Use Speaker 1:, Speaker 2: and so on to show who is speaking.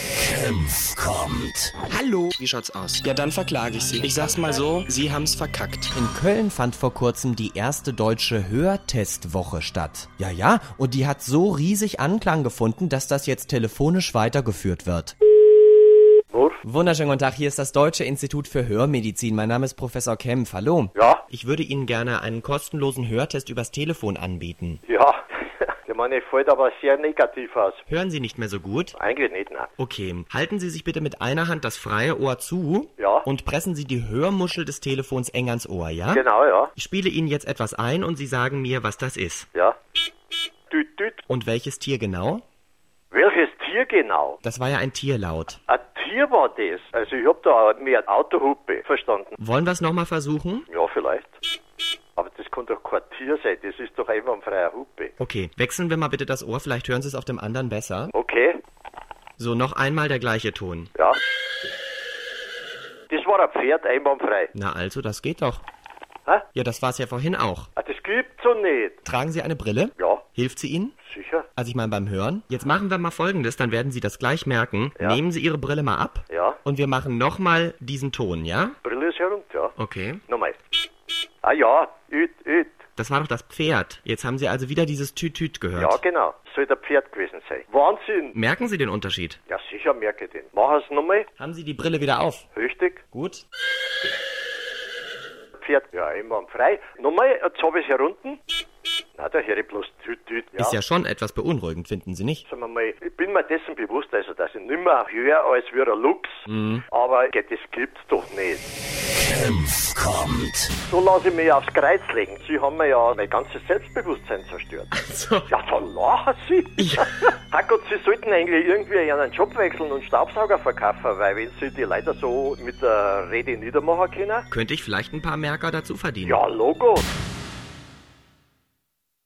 Speaker 1: Senf kommt.
Speaker 2: Hallo.
Speaker 3: Wie schaut's aus?
Speaker 2: Ja, dann verklage ich Sie. Ich sag's mal so, Sie haben's verkackt.
Speaker 4: In Köln fand vor kurzem die erste deutsche Hörtestwoche statt. Ja, ja, und die hat so riesig Anklang gefunden, dass das jetzt telefonisch weitergeführt wird. Wunderschönen guten Tag, hier ist das Deutsche Institut für Hörmedizin. Mein Name ist Professor Kempf. Hallo.
Speaker 5: Ja,
Speaker 4: Ich würde Ihnen gerne einen kostenlosen Hörtest übers Telefon anbieten.
Speaker 5: ja. Die meine fällt aber sehr negativ aus.
Speaker 4: Hören Sie nicht mehr so gut?
Speaker 5: Eigentlich nicht, nein.
Speaker 4: Okay, halten Sie sich bitte mit einer Hand das freie Ohr zu
Speaker 5: Ja.
Speaker 4: und pressen Sie die Hörmuschel des Telefons eng ans Ohr, ja?
Speaker 5: Genau, ja.
Speaker 4: Ich spiele Ihnen jetzt etwas ein und Sie sagen mir, was das ist.
Speaker 5: Ja. Düt, düt.
Speaker 4: Und welches Tier genau?
Speaker 5: Welches Tier genau?
Speaker 4: Das war ja ein Tierlaut.
Speaker 5: Ein Tier war das. Also ich hab da mehr Autohupe verstanden.
Speaker 4: Wollen wir es nochmal versuchen?
Speaker 5: Ja, vielleicht. Aber das kann doch kein Tier sein. Das ist doch einfach ein freier Hupe.
Speaker 4: Okay, wechseln wir mal bitte das Ohr, vielleicht hören Sie es auf dem anderen besser.
Speaker 5: Okay,
Speaker 4: So, noch einmal der gleiche Ton.
Speaker 5: ja. Das war ein Pferd, einwandfrei.
Speaker 4: Na also, das geht doch.
Speaker 5: Hä?
Speaker 4: Ja, das war's ja vorhin auch.
Speaker 5: Ah, das gibt's so nicht.
Speaker 4: Tragen Sie eine Brille?
Speaker 5: Ja,
Speaker 4: Hilft sie Ihnen?
Speaker 5: sicher.
Speaker 4: Also ich meine beim Hören. Jetzt machen wir mal folgendes, dann werden Sie das gleich merken.
Speaker 5: Ja.
Speaker 4: Nehmen Sie Ihre Brille mal ab.
Speaker 5: Ja.
Speaker 4: Und wir machen nochmal diesen Ton, ja?
Speaker 5: Brille ist herunter, ja.
Speaker 4: Okay.
Speaker 5: Nochmal. Ah ja, üt, üt.
Speaker 4: Das war doch das Pferd. Jetzt haben Sie also wieder dieses Tütüt gehört.
Speaker 5: Ja, genau. Soll der Pferd gewesen sein. Wahnsinn!
Speaker 4: Merken Sie den Unterschied?
Speaker 5: Ja, sicher merke ich den. Mach es nochmal.
Speaker 4: Haben Sie die Brille wieder auf?
Speaker 5: Richtig.
Speaker 4: Gut.
Speaker 5: Pferd. Ja, immer frei. Nochmal. Jetzt hab ich's herunten. Na, da höre ich bloß tüt, tüt. Ja.
Speaker 4: Ist ja schon etwas beunruhigend, finden Sie nicht?
Speaker 5: Sagen wir mal, ich bin mir dessen bewusst, also dass ich nimmer höher als wie ein Lux. Aber gell, das gibt's doch nicht.
Speaker 1: Senf kommt.
Speaker 5: So lasse ich mich aufs Kreuz legen. Sie haben mir ja mein ganzes Selbstbewusstsein zerstört.
Speaker 4: So.
Speaker 5: Ja, verlachen Sie! Ja. Gott, Sie sollten eigentlich irgendwie einen Job wechseln und Staubsauger verkaufen, weil wenn Sie die Leute so mit der Rede niedermachen können,
Speaker 4: Könnte ich vielleicht ein paar Merker dazu verdienen?
Speaker 5: ja, Logo.